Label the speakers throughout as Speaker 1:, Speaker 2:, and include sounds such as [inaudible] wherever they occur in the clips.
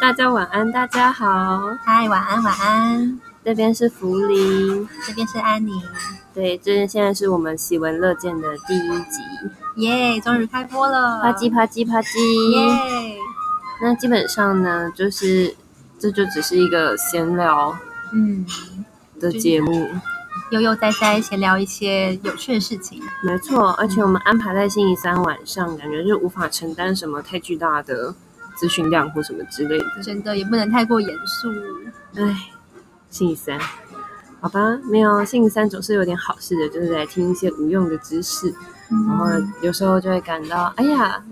Speaker 1: 大家晚安，大家好，
Speaker 2: 嗨，晚安，晚安。
Speaker 1: 这边是福林，
Speaker 2: 这边是安妮，
Speaker 1: 对，这现在是我们喜闻乐见的第一集，
Speaker 2: 耶，终于开播了，
Speaker 1: 啪叽啪叽啪叽。
Speaker 2: 耶，
Speaker 1: 那基本上呢，就是这就只是一个闲聊
Speaker 2: 嗯，
Speaker 1: 的节目，
Speaker 2: 悠悠哉哉闲聊一些有趣的事情，
Speaker 1: 没错。而且我们安排在星期三晚上，感觉是无法承担什么太巨大的资讯量或什么之类的。
Speaker 2: 真的也不能太过严肃。
Speaker 1: 唉，星期三，好吧，没有星期三总是有点好事的，就是来听一些无用的知识。然后
Speaker 2: 嗯，
Speaker 1: 有时候就会感到，哎呀，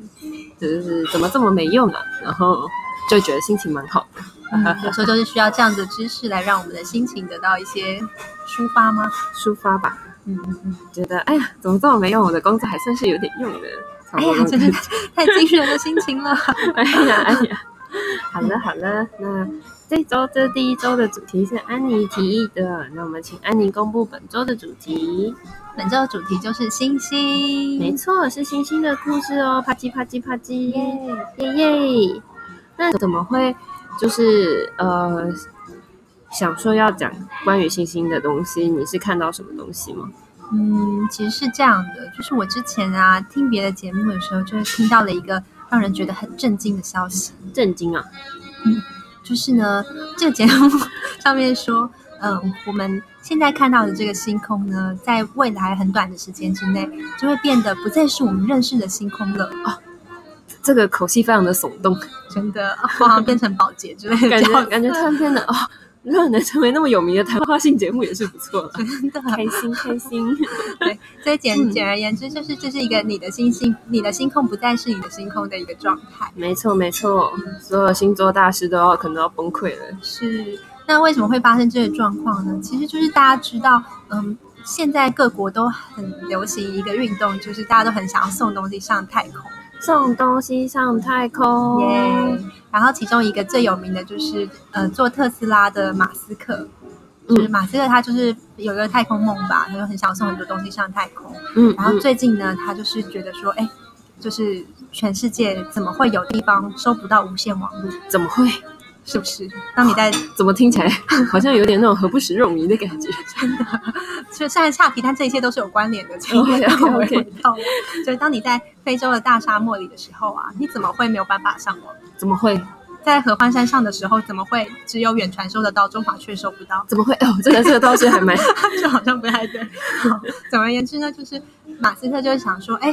Speaker 1: 就是怎么这么没用啊，然后就觉得心情蛮好的。
Speaker 2: 嗯有时候就是需要这样的知识来让我们的心情得到一些抒发吗？
Speaker 1: 抒发吧，
Speaker 2: 嗯嗯嗯。
Speaker 1: 觉得哎呀，怎么这么没用？我的工作还算是有点用的。差
Speaker 2: 哎
Speaker 1: 不多
Speaker 2: 呀，
Speaker 1: 这
Speaker 2: 真
Speaker 1: 种
Speaker 2: 的
Speaker 1: 感觉
Speaker 2: 太惊人的心情了。
Speaker 1: [laughs]
Speaker 2: [laughs]
Speaker 1: 哎呀，哎呀，好了好了，那这周这第一周的主题是安妮提议的，那我们请安妮公布本周的主题。
Speaker 2: 本周的主题就是星星，
Speaker 1: 没错，是星星的故事哦，啪叽啪叽啪叽。
Speaker 2: 耶，
Speaker 1: 耶耶！那怎么会就是呃想说要讲关于星星的东西？你是看到什么东西吗？
Speaker 2: 嗯，其实是这样的，就是我之前啊听别的节目的时候，就是听到了一个让人觉得很震惊的消息，
Speaker 1: 震惊啊！
Speaker 2: 就是呢，这个节目 [laughs] 上面说，嗯，我们现在看到的这个星空呢，在未来很短的时间之内，就会变得不再是我们认识的星空了。
Speaker 1: 这个口气非常的耸 [laughs] 动，
Speaker 2: 真的， [laughs] 哦我好像变成保洁之类的
Speaker 1: 感
Speaker 2: 角
Speaker 1: 觉
Speaker 2: 色，
Speaker 1: [laughs] 感觉突然变得哦，让能成为那么有名的谈话性节目也是不错了，
Speaker 2: 真的。
Speaker 1: 开心开 [laughs] 心。
Speaker 2: 对，所以
Speaker 1: 嗯
Speaker 2: 简简而言之，就是这是一个你的星星，你的星空不再是你的星空的一个状态。
Speaker 1: 没错没错，所有星座大师都要可能要崩溃了。
Speaker 2: 是，那为什么会发生这个状况呢？其实就是大家知道，嗯，现在各国都很流行一个运动，就是大家都很想要送东西上太空。
Speaker 1: 送东西上太空，
Speaker 2: 耶、然后其中一个最有名的就是呃，做特斯拉的马斯克，就是马斯克他就是有一个太空梦吧，他就很想送很多东西上太空。
Speaker 1: 嗯，
Speaker 2: 然后
Speaker 1: 嗯
Speaker 2: 最近呢，他就是觉得说，哎，就是全世界怎么会有地方收不到无线网络？
Speaker 1: 怎么会？
Speaker 2: 是不是？当你在
Speaker 1: 怎么听起 [laughs] 来好像有点那种何不食肉糜的感觉？
Speaker 2: 就虽然下题，但这一切都是有关联的。这一 [laughs] 点
Speaker 1: OK，OK，OK
Speaker 2: 让我回到了，就是当你在非洲的大沙漠里的时候啊，你怎么会没有办法上网？
Speaker 1: 怎么会？
Speaker 2: 在合欢山上的时候，怎么会只有远传收得到，中华却收不到？
Speaker 1: 怎么会？哦，这个这个倒是还蛮…… [laughs]
Speaker 2: 这好像不太对。好总而言之呢，就是马斯克就是想说，哎、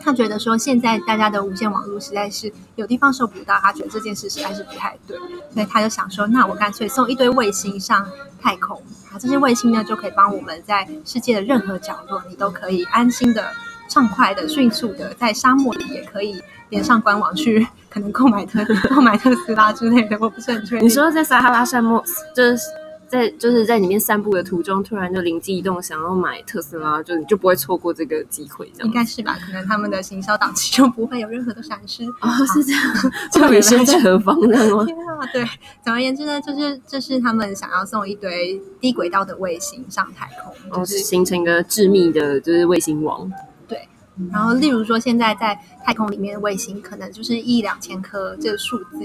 Speaker 2: 他觉得说现在大家的无线网络实在是有地方收不到，他觉得这件事实在是不太对，所以他就想说，那我干脆送一堆卫星上太空，啊，这些卫星呢就可以帮我们在世界的任何角落，你都可以安心的、畅快的、迅速的在沙漠里也可以连上官网去，可能购买特 [laughs] 购买特斯拉之类的，我不是很确定。
Speaker 1: 你说在撒哈拉沙漠，就是在就是在里面散步的途中，突然就灵机一动，想要买特斯拉，就你就不会错过这个机会，这样
Speaker 2: 应该是吧？可能他们的行销档期就不会有任何的闪失。
Speaker 1: [laughs] 哦，是 [laughs] 这样，
Speaker 2: 这
Speaker 1: 到
Speaker 2: 个
Speaker 1: 底
Speaker 2: 原来
Speaker 1: 身在何方 [laughs] 呢？吗？
Speaker 2: 天啊，对，总而言之呢，就是这、是他们想要送一堆低轨道的卫星上太空，
Speaker 1: 哦，
Speaker 2: 就是、
Speaker 1: 形成一个致密的，就是卫星网。
Speaker 2: 然后例如说现在在太空里面的卫星可能就是一两千颗这个数字，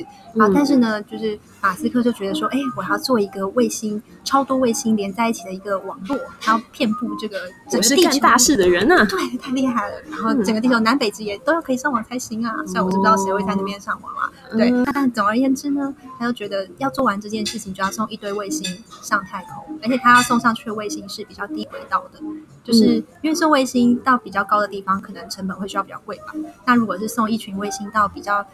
Speaker 1: 嗯
Speaker 2: 然后但是呢，就是马斯克就觉得说，哎，我要做一个卫星超多卫星连在一起的一个网络，然后遍布这个整
Speaker 1: 我
Speaker 2: 个
Speaker 1: 是
Speaker 2: 地
Speaker 1: 干
Speaker 2: 球。
Speaker 1: 大事嗯的人啊呐、
Speaker 2: 对，太厉害了！然后整个地球南北极也都要可以上网才行啊，虽然我不知道谁会在那边上网啊，对，
Speaker 1: 嗯
Speaker 2: 但总而言之呢，他就觉得要做完这件事情，就要送一堆卫星上太空，而且他要送上去的卫星是比较低轨道的，就是
Speaker 1: 嗯
Speaker 2: 因为送卫星到比较高的地方，可能成本会需要比较贵吧。那如果是送一群卫星到比较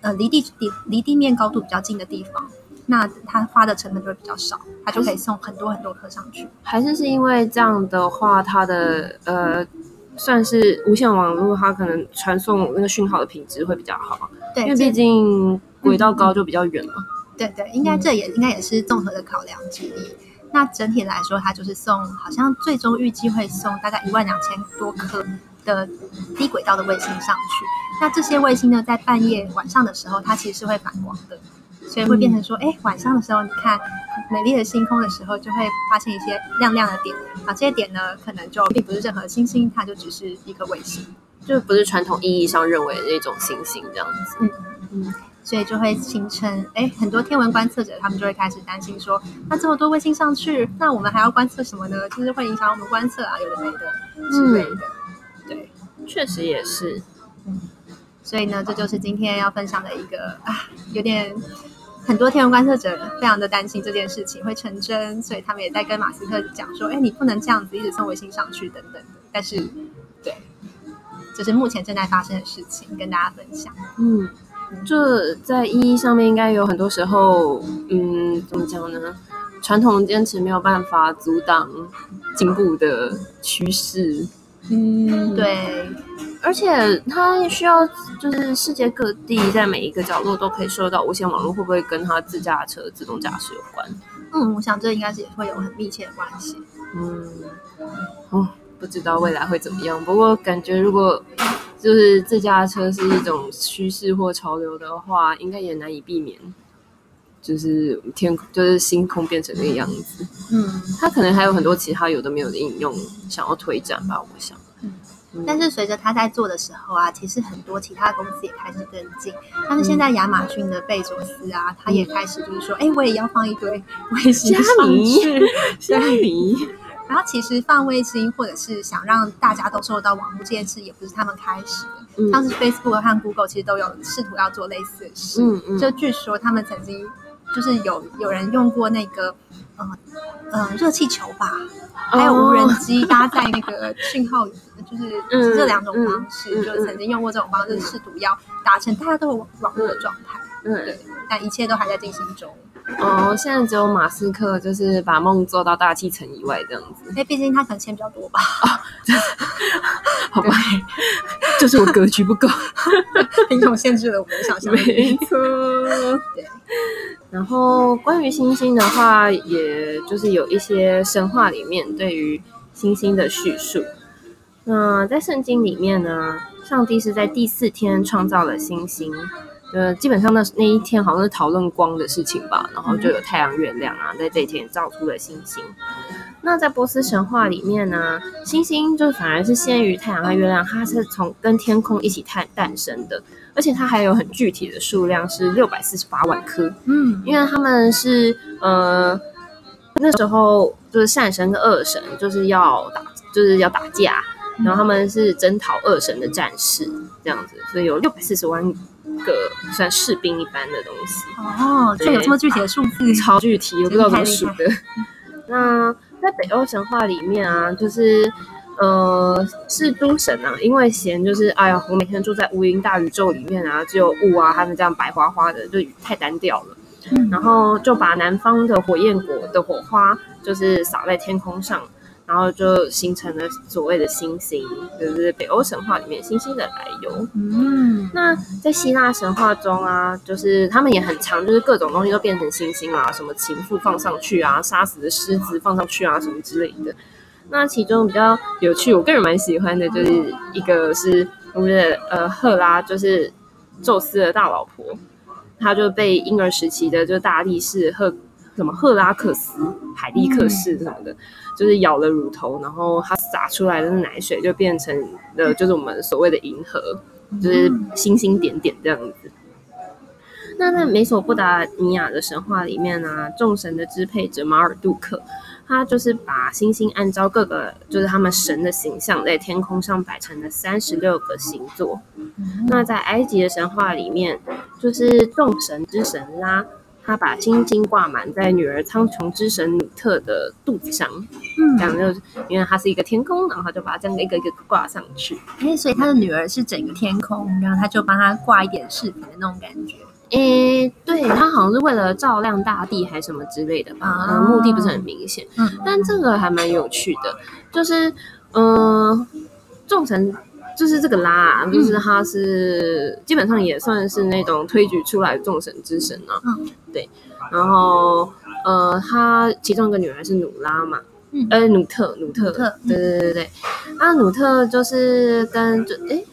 Speaker 2: 呃离地离离地面高度比较近的地方，那他花的成本就会比较少，他就可以送很多很多颗上去。
Speaker 1: 还是是因为这样的话，它的呃。算是无线网络，它可能传送那个讯号的品质会比较好，
Speaker 2: 对，
Speaker 1: 因为
Speaker 2: 这嗯
Speaker 1: 毕竟轨道高就比较远了。
Speaker 2: 对对，应该这也、应该也是综合的考量之一。那整体来说，它就是送，好像最终预计会送大概一万两千多颗的低轨道的卫星上去。那这些卫星呢，在半夜晚上的时候，它其实是会反光的，所以会变成说，哎、晚上的时候你看美丽的星空的时候，就会发现一些亮亮的点啊，这些点呢，可能就并不是任何星星，它就只是一颗卫星。
Speaker 1: 就不是传统意义上认为的那种星星这样子。
Speaker 2: 嗯所以就会形成，哎，很多天文观测者他们就会开始担心说，那这么多卫星上去，那我们还要观测什么呢？就是会影响我们观测啊，有的没的
Speaker 1: 嗯
Speaker 2: 之类的。对，
Speaker 1: 确实也是。
Speaker 2: 所以呢，这就是今天要分享的一个啊，有点很多天文观测者非常的担心这件事情会成真，所以他们也在跟马斯克讲说，哎，你不能这样子一直送卫星上去等等的。但是，对，这是目前正在发生的事情，跟大家分享。
Speaker 1: 嗯，这在意义上面应该有很多时候，嗯，怎么讲呢？传统坚持没有办法阻挡进步的趋势，
Speaker 2: 嗯，对，
Speaker 1: 而且它需要就是世界各地在每一个角落都可以收到无线网络，会不会跟它自驾车自动驾驶有关？
Speaker 2: 嗯，我想这应该是也会有很密切的关系。
Speaker 1: 嗯，哦，不知道未来会怎么样。不过感觉如果就是自驾车是一种趋势或潮流的话，应该也难以避免，就是天就是星空变成那个样子。
Speaker 2: 嗯，
Speaker 1: 它可能还有很多其他有的没有的应用想要推展吧，我想。
Speaker 2: 嗯
Speaker 1: 嗯
Speaker 2: 但是随着他在做的时候啊，其实很多其他公司也开始跟进，像是现在亚马逊的贝佐斯
Speaker 1: 嗯
Speaker 2: 啊，他也开始就是说，哎、我也要放一堆卫星
Speaker 1: 虾
Speaker 2: 上
Speaker 1: 米
Speaker 2: 去。
Speaker 1: 虾米，
Speaker 2: 然后其实放卫星或者是想让大家都收得到网络这件事，也不是他们开始的，像
Speaker 1: 嗯
Speaker 2: 是 Facebook 和 Google 其实都有试图要做类似的事。
Speaker 1: 嗯嗯，
Speaker 2: 就据说他们曾经就是有有人用过那个，嗯、嗯、热气球吧，还有无人
Speaker 1: 哦
Speaker 2: 机搭载那个讯号， [laughs] 就是
Speaker 1: 嗯
Speaker 2: 这两种方式，
Speaker 1: 嗯嗯
Speaker 2: 就曾经用过这种方式，试图要达成大家都有网络的状态，
Speaker 1: 对
Speaker 2: 对，但一切都还在进行中。
Speaker 1: 哦，现在只有马斯克就是把梦做到大气层以外这样子
Speaker 2: 因，为哎毕竟他可能钱比较多吧， [laughs]
Speaker 1: 好吧？就是我格局不够。
Speaker 2: 贫穷限制了我们的想象
Speaker 1: 没
Speaker 2: 力。
Speaker 1: 错， [laughs]
Speaker 2: 对。
Speaker 1: 然后关于星星的话，也就是有一些神话里面对于星星的叙述。那在圣经里面呢，上帝是在第四天创造了星星。呃，基本上那那一天好像是讨论光的事情吧，然后就有太阳、月亮啊，在这一天也造出了星星。那在波斯神话里面呢，星星就反而是先于太阳和月亮，它是从跟天空一起诞诞生的，而且它还有很具体的数量是六百四十八万颗，
Speaker 2: 嗯
Speaker 1: 因为他们是呃那时候就是善神跟恶神就是要打就是要打架，然后他们是征讨恶神的战士这样子，所以有六百四十万个算士兵一般的东西。
Speaker 2: 哦，就有这么具体的数字，
Speaker 1: 超具体，我不知道怎么数的。那在北欧神话里面啊，就是呃，是诸神啊，因为嫌就是哎呀，我每天住在无垠大宇宙里面啊，只有雾啊，他们这样白花花的，就太单调了。
Speaker 2: 嗯
Speaker 1: 然后就把南方的火焰果的火花，就是洒在天空上，然后就形成了所谓的星星，就是北欧神话里面星星的来由。
Speaker 2: 嗯
Speaker 1: 那在希腊神话中啊，就是他们也很常，就是各种东西都变成星星啦，什么情妇放上去啊，杀死的狮子放上去啊，什么之类的。那其中比较有趣，我个人蛮喜欢的，就是一个是我们的呃赫拉，就是宙斯的大老婆，她就被婴儿时期的就大力士赫什么赫拉克斯、海利克斯什么的，就是咬了乳头，然后她洒出来的奶水就变成了就是我们所谓的银河。就是星星点点这样子。那在美索不达米亚的神话里面呢、众神的支配者马尔杜克，他就是把星星按照各个就是他们神的形象在天空上摆成了三十六个星座。那在埃及的神话里面，就是众神之神拉，他把星星挂满在女儿苍穹之神努特的肚子上，这
Speaker 2: 嗯，
Speaker 1: 样就是因为它是一个天空，然后他就把它这样一个一个挂上去。
Speaker 2: 哎，所以他的女儿是整个天空，然后他就帮他挂一点饰品的那种感觉。
Speaker 1: 诶，对，它好像是为了照亮大地还是什么之类的吧，
Speaker 2: 啊
Speaker 1: 嗯目的不是很明显。
Speaker 2: 嗯
Speaker 1: 但这个还蛮有趣的，就是，嗯，众神就是这个拉、啊，就是他是、基本上也算是那种推举出来的众神之神啊。
Speaker 2: 嗯
Speaker 1: 对，然后呃，他其中一个女儿是努拉嘛，
Speaker 2: 嗯
Speaker 1: 呃，努特，努特，
Speaker 2: 努特
Speaker 1: 对对对对，那努特就是跟就诶。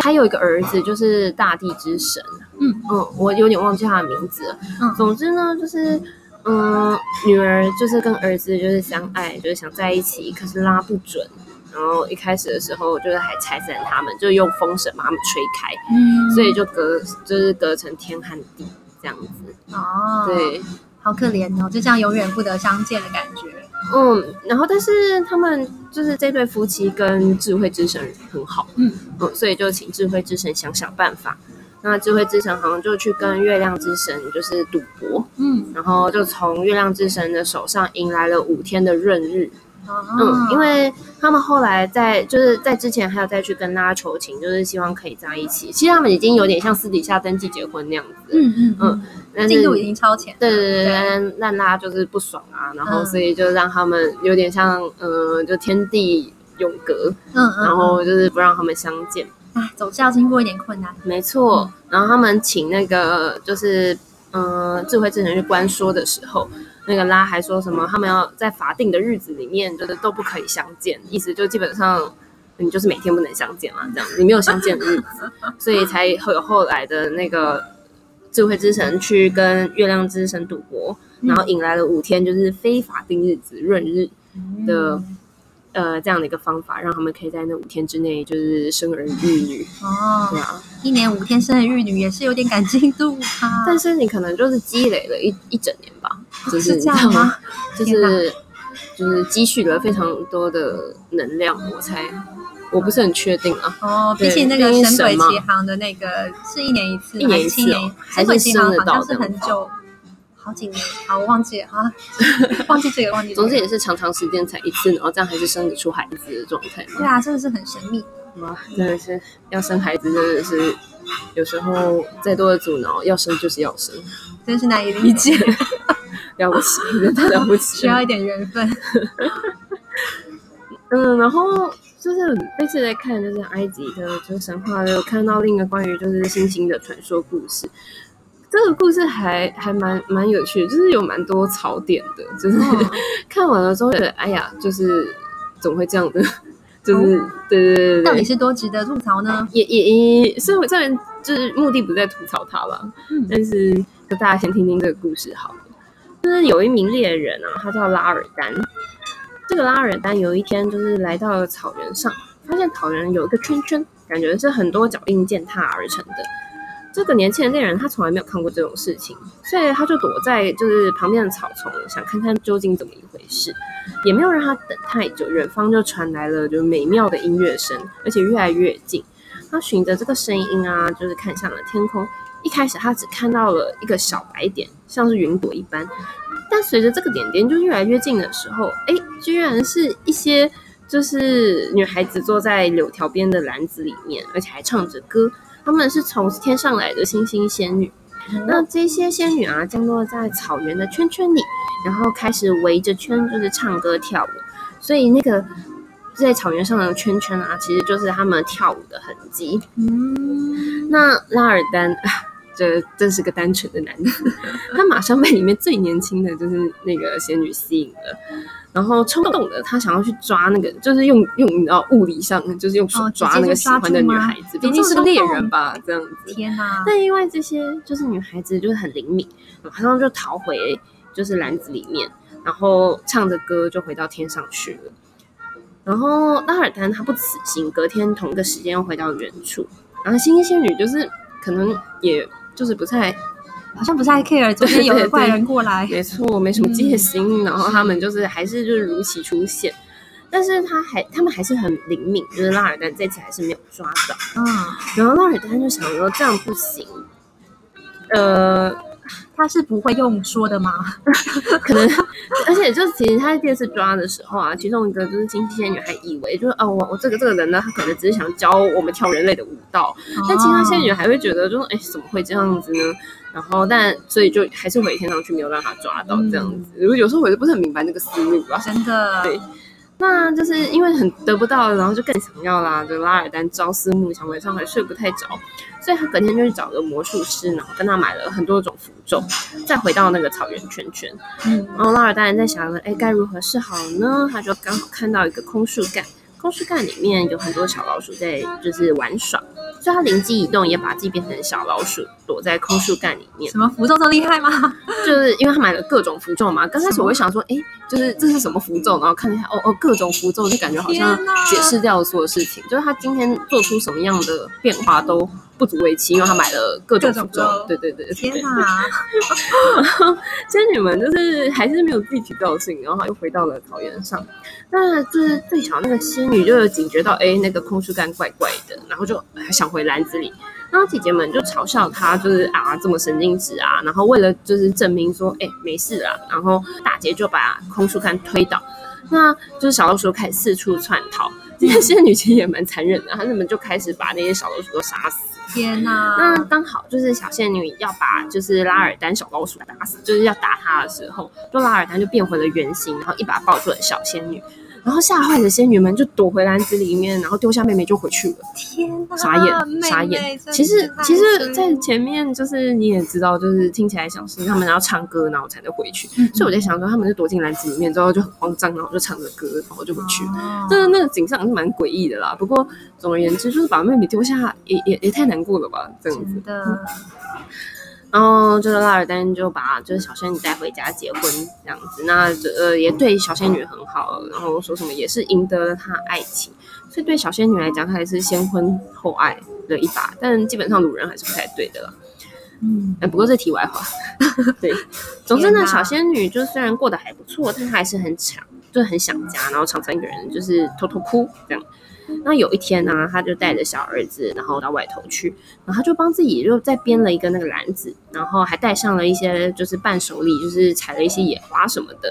Speaker 1: 还有一个儿子，就是大地之神。
Speaker 2: 嗯
Speaker 1: 嗯，我有点忘记他的名字了。
Speaker 2: 嗯
Speaker 1: 总之呢，就是嗯，女儿就是跟儿子就是相爱，就是想在一起，可是拉不准，然然后一开始的时候就是还拆散他们，就用风绳把他们吹开，
Speaker 2: 嗯
Speaker 1: 所以就隔就是隔成天和地这样子。
Speaker 2: 哦，，
Speaker 1: 对，
Speaker 2: 好可怜哦，就这样永远不得相见的感觉。
Speaker 1: 嗯，然后但是他们就是这对夫妻跟智慧之神很好，
Speaker 2: 嗯
Speaker 1: 嗯，所以就请智慧之神想想办法。那智慧之神好像就去跟月亮之神就是赌博，
Speaker 2: 嗯
Speaker 1: 然后就从月亮之神的手上迎来了五天的闰日。
Speaker 2: 哦
Speaker 1: 嗯，因为他们后来在就是在之前还有再去跟大家求情，就是希望可以在一起。其实他们已经有点像私底下登记结婚那样子，
Speaker 2: 嗯嗯
Speaker 1: 嗯
Speaker 2: 嗯，
Speaker 1: 但是
Speaker 2: 进度已经超前了。
Speaker 1: 对对对，
Speaker 2: 对
Speaker 1: 但但大家就是不爽啊，然后
Speaker 2: 嗯
Speaker 1: 所以就让他们有点像呃，就天地永隔，
Speaker 2: 嗯嗯，
Speaker 1: 然后就是不让他们相见。
Speaker 2: 哎，总是要经过一点困难。
Speaker 1: 没错，
Speaker 2: 嗯
Speaker 1: 然后他们请那个就是嗯、呃智慧之神去官说的时候，那个拉还说什么他们要在法定的日子里面就是都不可以相见，意思就基本上你就是每天不能相见嘛，这样你没有相见的日
Speaker 2: [laughs]
Speaker 1: 子，所以才会有后来的那个智慧之神去跟月亮之神赌博，
Speaker 2: 嗯
Speaker 1: 然后引来了五天就是非法定日子闰日。的
Speaker 2: 嗯
Speaker 1: 呃，这样的一个方法，让他们可以在那五天之内就是生儿育女，
Speaker 2: 哦
Speaker 1: 对，啊。
Speaker 2: 一年五天生的玉女也是有点赶进度啊。
Speaker 1: 但是你可能就是积累了一一整年吧，就是
Speaker 2: 哦是这样吗？
Speaker 1: [laughs] 就
Speaker 2: 天哪
Speaker 1: 是就是积蓄了非常多的能量，我才我不是很确定啊。
Speaker 2: 哦，比
Speaker 1: 对
Speaker 2: 起那个
Speaker 1: 毕竟
Speaker 2: 神鬼
Speaker 1: 神嘛
Speaker 2: 奇航的那个是一年一次，
Speaker 1: 一年一
Speaker 2: 还是
Speaker 1: 次哦
Speaker 2: 七年
Speaker 1: 还
Speaker 2: 神鬼
Speaker 1: 是
Speaker 2: 奇航
Speaker 1: 生得
Speaker 2: 好像
Speaker 1: 到
Speaker 2: 是
Speaker 1: 的
Speaker 2: 很久，好几年，好我忘记了
Speaker 1: [laughs]
Speaker 2: 啊，忘记这个忘记这
Speaker 1: 总
Speaker 2: 个。
Speaker 1: 之也是长长时间才一次，然后这样还是生得出孩子的状态
Speaker 2: 对
Speaker 1: 嘛。
Speaker 2: 啊，真的是很神秘。
Speaker 1: 哇，真的是要生孩子，真的是有时候再多的阻挠，要生就是要生，
Speaker 2: 真是难以理解，
Speaker 1: [laughs] 了不起，真的太了不起
Speaker 2: 需
Speaker 1: 了
Speaker 2: 要。一点缘分。
Speaker 1: 嗯，然后就是这次在看就是埃及的就是神话，有看到另一个关于就是星星的传说故事。这个故事还还蛮蛮有趣的，就是有蛮多槽点的，就是、
Speaker 2: 嗯
Speaker 1: [laughs] 看完了之后觉得，哎呀，就是总会这样的， [laughs] 就是、对对对
Speaker 2: 哦到
Speaker 1: 对
Speaker 2: 底
Speaker 1: 对，
Speaker 2: 是多值得吐槽呢？
Speaker 1: 也也也，虽然虽然就是目的不在吐槽他吧，
Speaker 2: 嗯
Speaker 1: 但是就大家先听听这个故事好了。就是有一名猎人啊，他叫拉尔丹。这个拉尔丹有一天就是来到了草原上，发现草原有一个圈圈，感觉是很多脚印践踏而成的。这个年轻的猎人他从来没有看过这种事情，所以他就躲在就是旁边的草丛，想看看究竟怎么一回事。也没有让他等太久，远方就传来了就美妙的音乐声，而且越来越近。他循着这个声音啊，就是看向了天空。一开始他只看到了一个小白点，像是云朵一般，但随着这个点点就越来越近的时候，哎，居然是一些就是女孩子坐在柳条边的篮子里面，而且还唱着歌。她们是从天上来的星星仙女。那这些仙女啊，降落在草原的圈圈里，然后开始围着圈就是唱歌跳舞。所以那个在草原上的圈圈啊，其实就是她们跳舞的痕迹。
Speaker 2: 嗯，
Speaker 1: 那拉尔丹， [laughs] 啊这真是个单纯的男 [laughs] 子，他马上被里面最年轻的就是那个仙女吸引了，然后冲动的他想要去抓那个，就是用用你知道物理上就是用手
Speaker 2: 哦直接
Speaker 1: 抓那
Speaker 2: 就
Speaker 1: 个喜
Speaker 2: 抓
Speaker 1: 欢的
Speaker 2: 住
Speaker 1: 女
Speaker 2: 吗
Speaker 1: 孩子，
Speaker 2: 有
Speaker 1: 毕
Speaker 2: 这
Speaker 1: 竟
Speaker 2: 种
Speaker 1: 是
Speaker 2: 冲
Speaker 1: 猎
Speaker 2: 动
Speaker 1: 人吧，这样子。
Speaker 2: 天哪！
Speaker 1: 但因为这些就是女孩子就是很灵敏，马上就逃回就是篮子里面，然后唱着歌就回到天上去了。然后拉尔丹他不死心，隔天同个时间又回到原处。然后星星仙女就是可能也就是不太
Speaker 2: 好像不是太 care，昨
Speaker 1: [laughs]
Speaker 2: 天有个坏人过来，
Speaker 1: 没错，没什么戒心，然后他们就是还是就是如期出现，但是他还他们还是很灵敏，就是拉尔丹这次还是没有抓到。
Speaker 2: 嗯，
Speaker 1: 然后拉尔丹就想说这样不行，呃，
Speaker 2: 他是不会用说的吗？
Speaker 1: 可能，而且就其实他在第二次抓的时候啊，其中一个就是金仙女还以为就是哦，我我这个这个人呢，他可能只是想教我们跳人类的舞蹈，但其他仙女还会觉得就是哎怎么会这样子呢？然后但所以就还是回天上去，没有让他抓到这样子。有时候我就不是很明白那个思路啊
Speaker 2: 哦。真的，
Speaker 1: 对那就是因为很得不到，然后就更想要啦。就拉尔丹朝思暮想，晚上还睡不太着，所以他隔天就去找个魔术师，然后跟他买了很多种符咒，再回到那个草原圈圈。
Speaker 2: 嗯
Speaker 1: 然后拉尔当然在想着，哎，该如何是好呢？他就刚好看到一个空树干，空树干里面有很多小老鼠在就是玩耍，所以他灵机一动，也把自己变成小老鼠，躲在空树干里面，
Speaker 2: 什么符咒这么厉害吗？ [laughs]
Speaker 1: 就是因为他买了各种符咒嘛。刚开始我会想说，哎，就是这是什么符咒？然后看一下，哦哦，各种符咒，就感觉好像
Speaker 2: 天哪
Speaker 1: 解释掉了所有事情。就是他今天做出什么样的变化都不足为奇，因为他买了各种
Speaker 2: 各
Speaker 1: 符
Speaker 2: 种
Speaker 1: 咒
Speaker 2: 咒。
Speaker 1: 对对对对，
Speaker 2: 天哪！
Speaker 1: [laughs] 所以你们就是还是没有自己高兴，然后又回到了草原上。那就是最小那个仙女就有警觉到，哎，那个空树干怪怪的，然后就哎想回篮子里。然后姐姐们就嘲笑她，就是啊这么神经质啊。然后为了就是证明说，哎没事啦，然后大姐就把空树干推倒。那就是小老鼠开始四处窜逃。 [laughs] 这些仙女其实也蛮残忍的，她们就开始把那些小老鼠都杀死。
Speaker 2: 天哪！
Speaker 1: 那刚好就是小仙女要把就是拉尔丹小老鼠打死，就是要打它的时候，就拉尔丹就变回了原形，然后一把抱住了小仙女，然后吓坏的仙女们就躲回篮子里面，然后丢下妹妹就回去了。
Speaker 2: 天哪！
Speaker 1: 傻眼，傻
Speaker 2: 妹妹
Speaker 1: 眼。
Speaker 2: 真
Speaker 1: 其
Speaker 2: 是
Speaker 1: 实
Speaker 2: 太
Speaker 1: 其实，
Speaker 2: 衰
Speaker 1: 在前面就是你也知道，就是听起来像是他们要唱歌，然后才能回去。
Speaker 2: 嗯
Speaker 1: 所以我在想说，他们就躲进篮子里面之后就很慌张，然后就唱着歌，然后就回去了。
Speaker 2: 哦
Speaker 1: 真的那个景象是蛮诡异的啦。不过总而言之，就是把妹妹丢下也也也太难过了吧，这样子。
Speaker 2: 真的
Speaker 1: 然后就是拉尔丹就把就是小仙女带回家结婚这样子，那呃也对小仙女很好，然后说什么也是赢得了她爱情，所以对小仙女来讲，她还是先婚后爱了一把，但基本上鲁人还是不太对的啦。
Speaker 2: 嗯，
Speaker 1: 哎，不过这题外
Speaker 2: [laughs]
Speaker 1: 话，对， [laughs] 总之
Speaker 2: 天哪
Speaker 1: 呢，小仙女就虽然过得还不错，但她还是很想，就很想家，然后常常一个人就是偷偷哭这样。那有一天呢、她就带着小儿子，然后到外头去，然后她就帮自己又再编了一个那个篮子，然后还带上了一些就是伴手礼，就是采了一些野花什么的，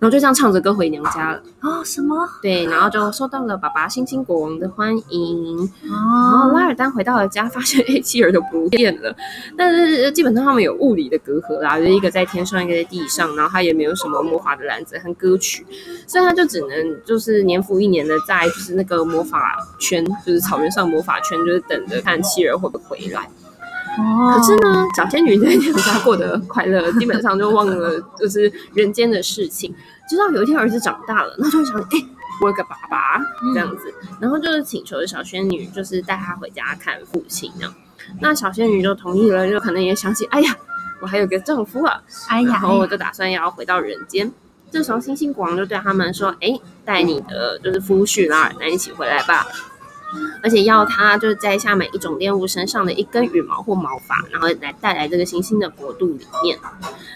Speaker 1: 然后就这样唱着歌回娘家了。
Speaker 2: 哦什么
Speaker 1: 对，然后就受到了爸爸星星国王的欢迎，然后
Speaker 2: 哦
Speaker 1: 拉尔丹回到了家，发现哎妻儿都不见了，但是呃基本上他们有物理的隔阂啦，就是一个在天上，一个在地上，然后他也没有什么魔法的篮子和歌曲，所以他就只能就是年复一年的在就是那个魔法圈，就是草原上魔法圈，就是等着看妻儿会不会回来。
Speaker 2: 哦
Speaker 1: 可是呢，小仙女在娘家过得快乐，基本上就忘了就是人间的事情。直到有一天儿子长大了，那就会想，哎、我有个爸爸
Speaker 2: 嗯
Speaker 1: 这样子，然后就是请求小仙女就是带她回家看父亲这样。那小仙女就同意了，就可能也想起，哎呀，我还有个丈夫啊，
Speaker 2: 哎呀
Speaker 1: 然
Speaker 2: 哎
Speaker 1: 后我
Speaker 2: 呀
Speaker 1: 就打算要回到人间。这时候，星星国王就对他们说：“哎，带你的就是夫婿拉尔丹一起回来吧，而且要他就是摘下每一种猎物身上的一根羽毛或毛发，然后来带来这个星星的国度里面。”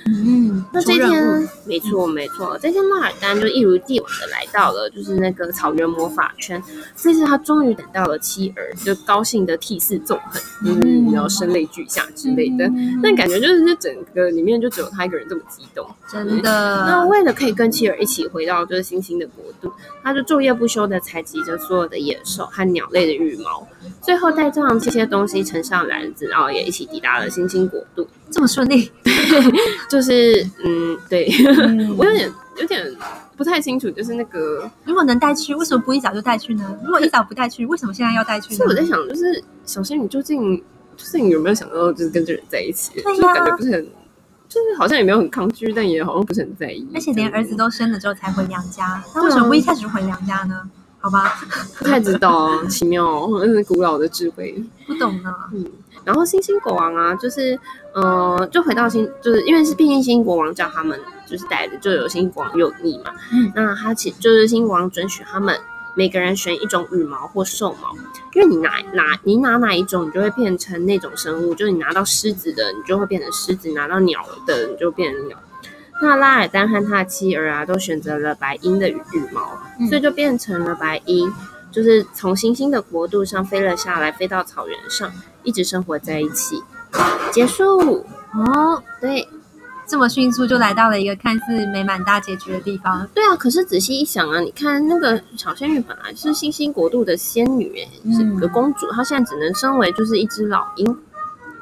Speaker 2: 嗯
Speaker 1: 那
Speaker 2: 出
Speaker 1: 这
Speaker 2: 任务
Speaker 1: 天，没错没错，这天纳尔丹就一如既往的来到了就是那个草原魔法圈，这次他终于等到了妻儿，就高兴的涕泗纵横，嗯，
Speaker 2: 嗯
Speaker 1: 然后声泪俱下之类的。
Speaker 2: 嗯
Speaker 1: 但感觉就是这整个里面就只有他一个人这么激动。
Speaker 2: 真
Speaker 1: 那
Speaker 2: 的
Speaker 1: 为了可以跟妻儿一起回到就是星星的国度，他就昼夜不休的采集着所有的野兽和鸟类的羽毛，最后带这样这些东西乘上篮子，然后也一起抵达了星星国度。
Speaker 2: 这么顺
Speaker 1: [laughs]
Speaker 2: 利，
Speaker 1: 就是嗯，对，
Speaker 2: 嗯
Speaker 1: 我有点有点不太清楚，就是那个，
Speaker 2: 如果能带去，为什么不一早就带去呢？如果一早不带去，为什么现在要带去呢？
Speaker 1: 所以我在想，就是小仙女究竟就是你有没有想到，就是跟这人在一起，
Speaker 2: 呀
Speaker 1: 就是感觉不是很，就是好像也没有很抗拒，但也好像不是很在意，
Speaker 2: 而且连儿子都生了之后才回娘家，
Speaker 1: 啊
Speaker 2: 那为什么不一开始就回娘家呢？好吧，
Speaker 1: 不太知道啊，奇妙哦，真是古老的智慧。
Speaker 2: 不懂呢。
Speaker 1: 然后星星国王啊，就是呃，就回到星，就是因为是毕竟星星国王叫他们就是带的，就有星星国王有你嘛。
Speaker 2: 嗯，
Speaker 1: 那他其就是星星国王准许他们每个人选一种羽毛或兽毛，因为你拿拿你拿哪一种，你就会变成那种生物。就是你拿到狮子的，你就会变成狮子；拿到鸟的，你就变成鸟。那拉尔丹和他的妻儿啊，都选择了白鹰的羽羽毛，
Speaker 2: 嗯
Speaker 1: 所以就变成了白鹰，就是从星星的国度上飞了下来，飞到草原上，一直生活在一起。结束，
Speaker 2: 哦，
Speaker 1: 对
Speaker 2: 这么迅速就来到了一个看似美满大结局的地方，
Speaker 1: 对啊。可是仔细一想啊，你看那个小仙女本来是星星国度的仙女、欸，
Speaker 2: 嗯
Speaker 1: 是个公主，她现在只能身为就是一只老鹰，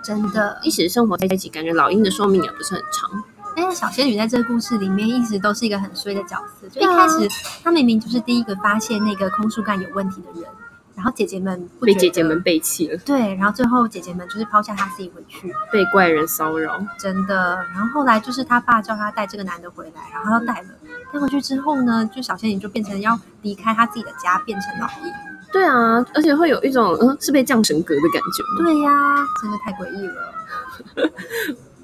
Speaker 2: 真的。
Speaker 1: 一起生活在一起，感觉老鹰的寿命也不是很长。
Speaker 2: 但是小仙女在这个故事里面一直都是一个很衰的角色，就一
Speaker 1: 对啊
Speaker 2: 开始她明明就是第一个发现那个空树干有问题的人，然后姐姐们不
Speaker 1: 被
Speaker 2: 觉
Speaker 1: 姐姐
Speaker 2: 得
Speaker 1: 们背弃了，
Speaker 2: 对，然后最后姐姐们就是抛下她自己回去，
Speaker 1: 被怪人骚扰。
Speaker 2: 真的。然后后来就是她爸叫她带这个男的回来，然后她又带了。带回去之后呢，就小仙女就变成要离开她自己的家，变成老鹰。
Speaker 1: 对啊，而且会有一种嗯是被降神格的感觉，
Speaker 2: 对呀、真的太诡异了。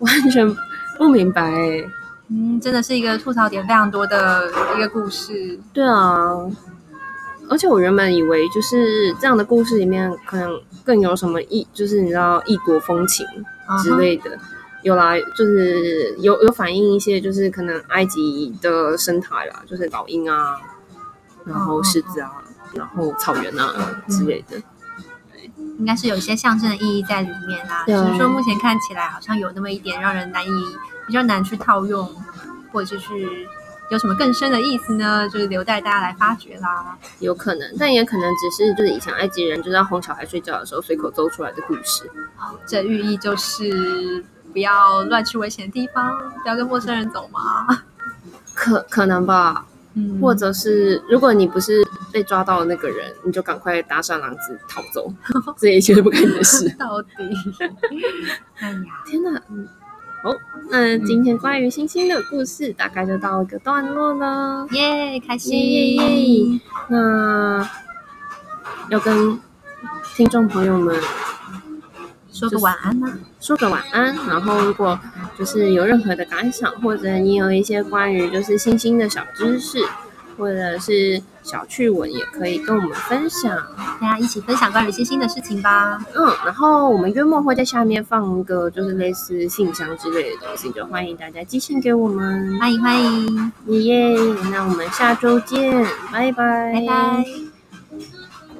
Speaker 1: 完全不明白、欸。
Speaker 2: 嗯，真的是一个吐槽点非常多的一个故事。
Speaker 1: 对啊，而且我原本以为就是这样的故事里面可能更有什么异，就是你知道异国风情之类的。有啦，就是有有反映一些，就是可能埃及的生态啦，就是老鹰啊，然后狮子啊，然后草原啊之类的。
Speaker 2: 嗯应该是有一些象征的意义在里面啦。
Speaker 1: 对啊
Speaker 2: 只是说目前看起来好像有那么一点让人难以比较难去套用，或者就是有什么更深的意思呢？就是留待大家来发掘啦。
Speaker 1: 有可能，但也可能只是就是以前埃及人就是要哄小孩睡觉的时候随口诌出来的故事。
Speaker 2: 这寓意就是不要乱去危险的地方，不要跟陌生人走嘛。
Speaker 1: 可可能吧，
Speaker 2: 嗯。
Speaker 1: 或者是如果你不是被抓到的那个人，你就赶快搭上狼子逃 [laughs] 走，这一切都不干你的事
Speaker 2: 到底， [laughs] 哎呀，
Speaker 1: [laughs] 天哪！嗯好，那今天关于星星的故事大概就到一个段落了。
Speaker 2: 耶，开心，
Speaker 1: 耶耶耶那要跟听众朋友们
Speaker 2: 说个晚安啦、
Speaker 1: 说个晚安。然后，如果就是有任何的感想，或者你有一些关于就是星星的小知识，或者是小趣闻，也可以跟我们分享。
Speaker 2: 大家一起分享关于星星的事情吧。
Speaker 1: 嗯，然后我们月末会在下面放一个就是类似信箱之类的东西，就欢迎大家寄信给我们。
Speaker 2: 欢迎欢迎，
Speaker 1: 耶耶，那我们下周见，拜拜，
Speaker 2: 拜拜。